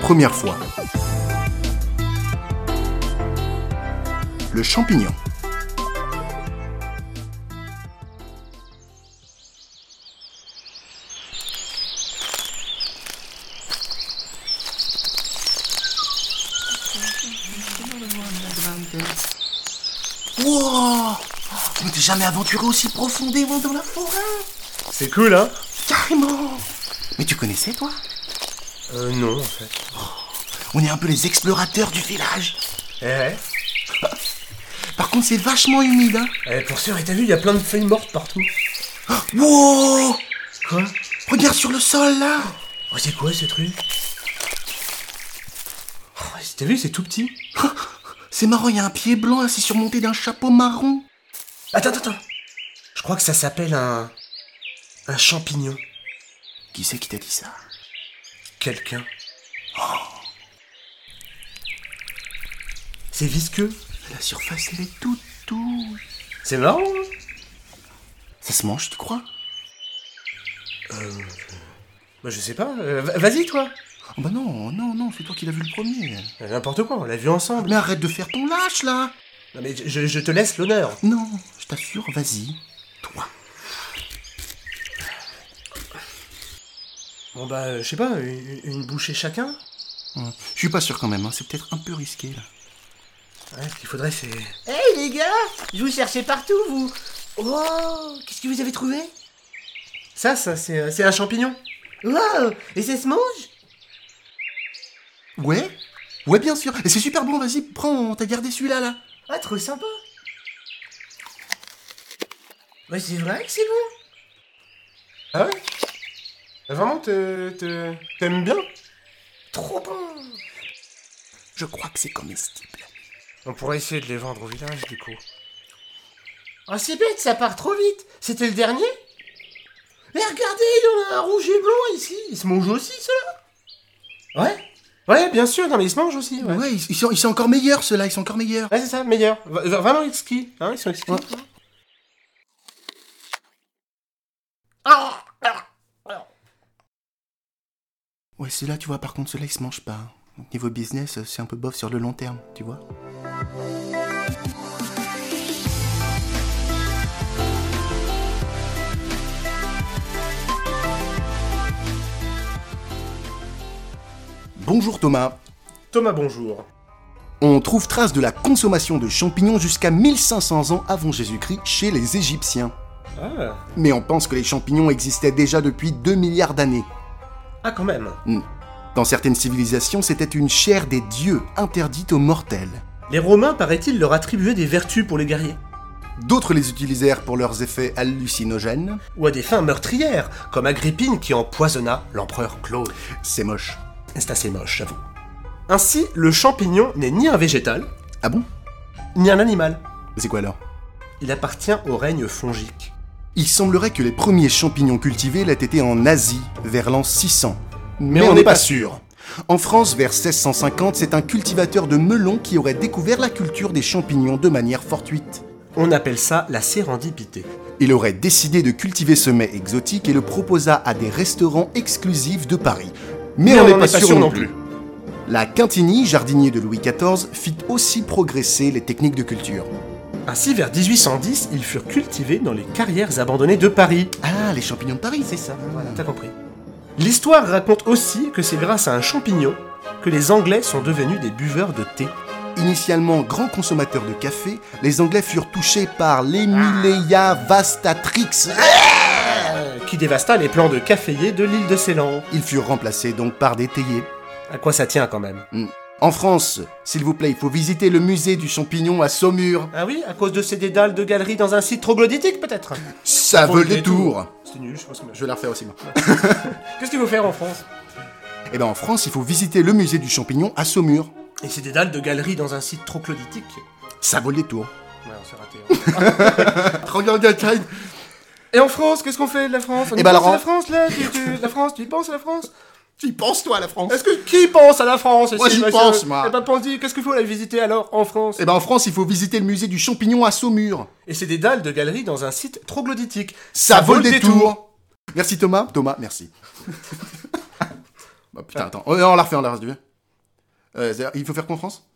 première fois. Le champignon. Wow On n'était jamais aventuré aussi profondément dans la forêt C'est cool, hein Carrément Mais tu connaissais, toi Euh, non, en fait. On est un peu les explorateurs du village. Eh, Par contre, c'est vachement humide, hein eh, pour sûr, et t'as vu, il y a plein de feuilles mortes partout. Wow Quoi Regarde sur le sol, là Oh, c'est quoi ce truc Oh, T'as vu, c'est tout petit. C'est marrant, il y a un pied blanc assez surmonté d'un chapeau marron. Attends, attends, attends. Je crois que ça s'appelle un. un champignon. Qui c'est qui t'a dit ça Quelqu'un. Oh. C'est visqueux. La surface, elle est toute douce. C'est marrant. hein Ça se mange, tu crois Bah, je sais pas. euh, va- Vas-y, toi. Oh Bah non, non, non, c'est toi qui l'as vu le premier. Euh, N'importe quoi, on l'a vu ensemble. Mais arrête de faire ton lâche, là Non, mais je, je te laisse l'honneur. Non, je t'assure, vas-y. Toi. Bon, bah, euh, je sais pas, une, une bouchée chacun Ouais, Hum, Je suis pas sûr quand même, hein, c'est peut-être un peu risqué, là. Ouais, Hein, ce qu'il faudrait, c'est. Hey les gars, je vous cherchais partout vous. Oh, qu'est-ce que vous avez trouvé Ça, ça, c'est euh, c'est un champignon. Wow, et ça se mange Ouais Ouais, bien sûr. Et c'est super bon, vas-y, prends, on t'a gardé celui-là, là. Ah, trop sympa. Ouais, c'est vrai que c'est bon. Ah ouais Ah, Vraiment, te- te- t'aimes bien Trop bon. Je crois que c'est comestible. On pourrait essayer de les vendre au village, du coup. Ah, c'est bête, ça part trop vite. C'était le dernier Mais regardez, il y en a un rouge et blanc ici. Ils se mangent aussi ceux-là. Ouais Ouais, bien sûr, non mais ils se mangent aussi, ouais. Ouais, ils, ils sont, ils sont encore meilleurs, ceux-là, ils sont encore meilleurs. Ouais, c'est ça, meilleur. V- v- vraiment exquis, hein, ils sont exquis. Ouais. Ah, ah. Ouais, ceux-là, tu vois, par contre, ceux-là, ils se mangent pas. Donc, Niveau business, euh, c'est un peu bof sur le long terme, tu vois. Bonjour Thomas. Thomas, bonjour. On trouve trace de la consommation de champignons jusqu'à 1500 ans avant Jésus-Christ chez les Égyptiens. Ah, Mais on pense que les champignons existaient déjà depuis 2 milliards d'années. ah quand même. Dans certaines civilisations, c'était une chair des dieux interdite aux mortels. Les Romains, paraît-il, leur attribuaient des vertus pour les guerriers. D'autres les utilisèrent pour leurs effets hallucinogènes. Ou à des fins meurtrières, comme Agrippine qui empoisonna l'empereur Claude. C'est moche. C'est assez moche, j'avoue. Ainsi, le champignon n'est ni un végétal, Ah bon ni un animal. C'est quoi alors Il appartient au règne fongique. Il semblerait que les premiers champignons cultivés l'aient été en Asie, vers l'an 600. Mais, on on n'est n'est pas pas sûr. En France, vers 1650, c'est un cultivateur de melons qui aurait découvert la culture des champignons de manière fortuite. On appelle ça la sérendipité. Il aurait décidé de cultiver ce mets exotique et le proposa à des restaurants exclusifs de Paris. Mais, on n'est pas, sûr, non plus. La Quintini, jardinier de Louis XIV, fit aussi progresser les techniques de culture. Ainsi, vers 1810, ils furent cultivés dans les carrières abandonnées de Paris. Ah, les champignons de Paris, C'est ça, voilà, t'as compris. L'histoire raconte aussi que c'est grâce à un champignon que les Anglais sont devenus des buveurs de thé. Initialement grands consommateurs de café, les Anglais furent touchés par l'Emileia vastatrix. Euh, Qui dévasta les plants de caféiers de l'île de Ceylan. Ils furent remplacés donc par des théiers. À quoi ça tient quand même En France, s'il vous plaît, il faut visiter le musée du champignon à Saumur. Ah oui, à cause de ces dédales de galeries dans un site troglodytique peut-être Ça Faut veut le le détour. détour. C'était nul, je pense que... Je vais la refaire aussi. moi. Qu'est-ce qu'il faut faire en France Eh ben en France, il faut visiter le musée du champignon à Saumur. Et ces dédales de galeries dans un site troglodytique Ça vaut le détour. Ouais, on s'est raté. hein. Regarde la taille. Et en France, qu'est-ce qu'on fait de la France On Eh y ben, pense Laurent. à la France, là tu, tu- La France, tu y penses à la France Tu y penses toi à la France Est-ce que qui pense à la France Moi, ici, j'y monsieur pense, moi. Eh ben, Pandy, qu'est-ce qu'il faut aller visiter alors en France Eh ben en France, il faut visiter le musée du champignon à Saumur. Et c'est des dalles de galeries dans un site troglodytique. Ça, vaut le détour. Merci Thomas. Thomas, merci. bah putain, attends. Oh, non, on la refait, on la refait. Euh, c'est-à-dire, il faut faire confiance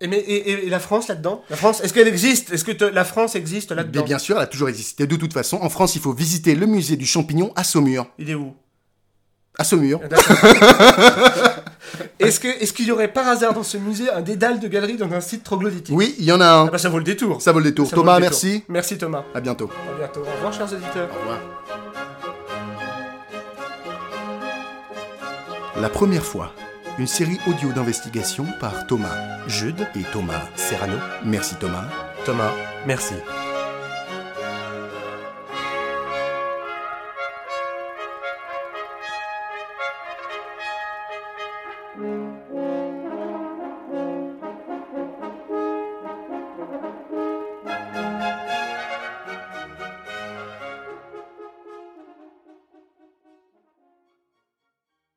Et, mais, et, et- et la France là-dedans La France, est-ce qu'elle existe Est-ce que te- la France existe Mais là-dedans Eh bien sûr, elle a toujours existé. De toute façon, en France, il faut visiter le musée du champignon à Saumur. Il est où Ah, À Saumur. Est-ce que- est-ce qu'il y aurait par hasard dans ce musée un dédale de galeries dans un site troglodytique Oui, il y en a un. Ah bah ça vaut le détour. Ça vaut le détour. Ça vaut Thomas, le détour. merci. Merci Thomas. À bientôt. À bientôt. Au revoir chers auditeurs. La première fois, une série audio d'investigation par Thomas Jude et Thomas. Serrano. Merci Thomas. Thomas, merci.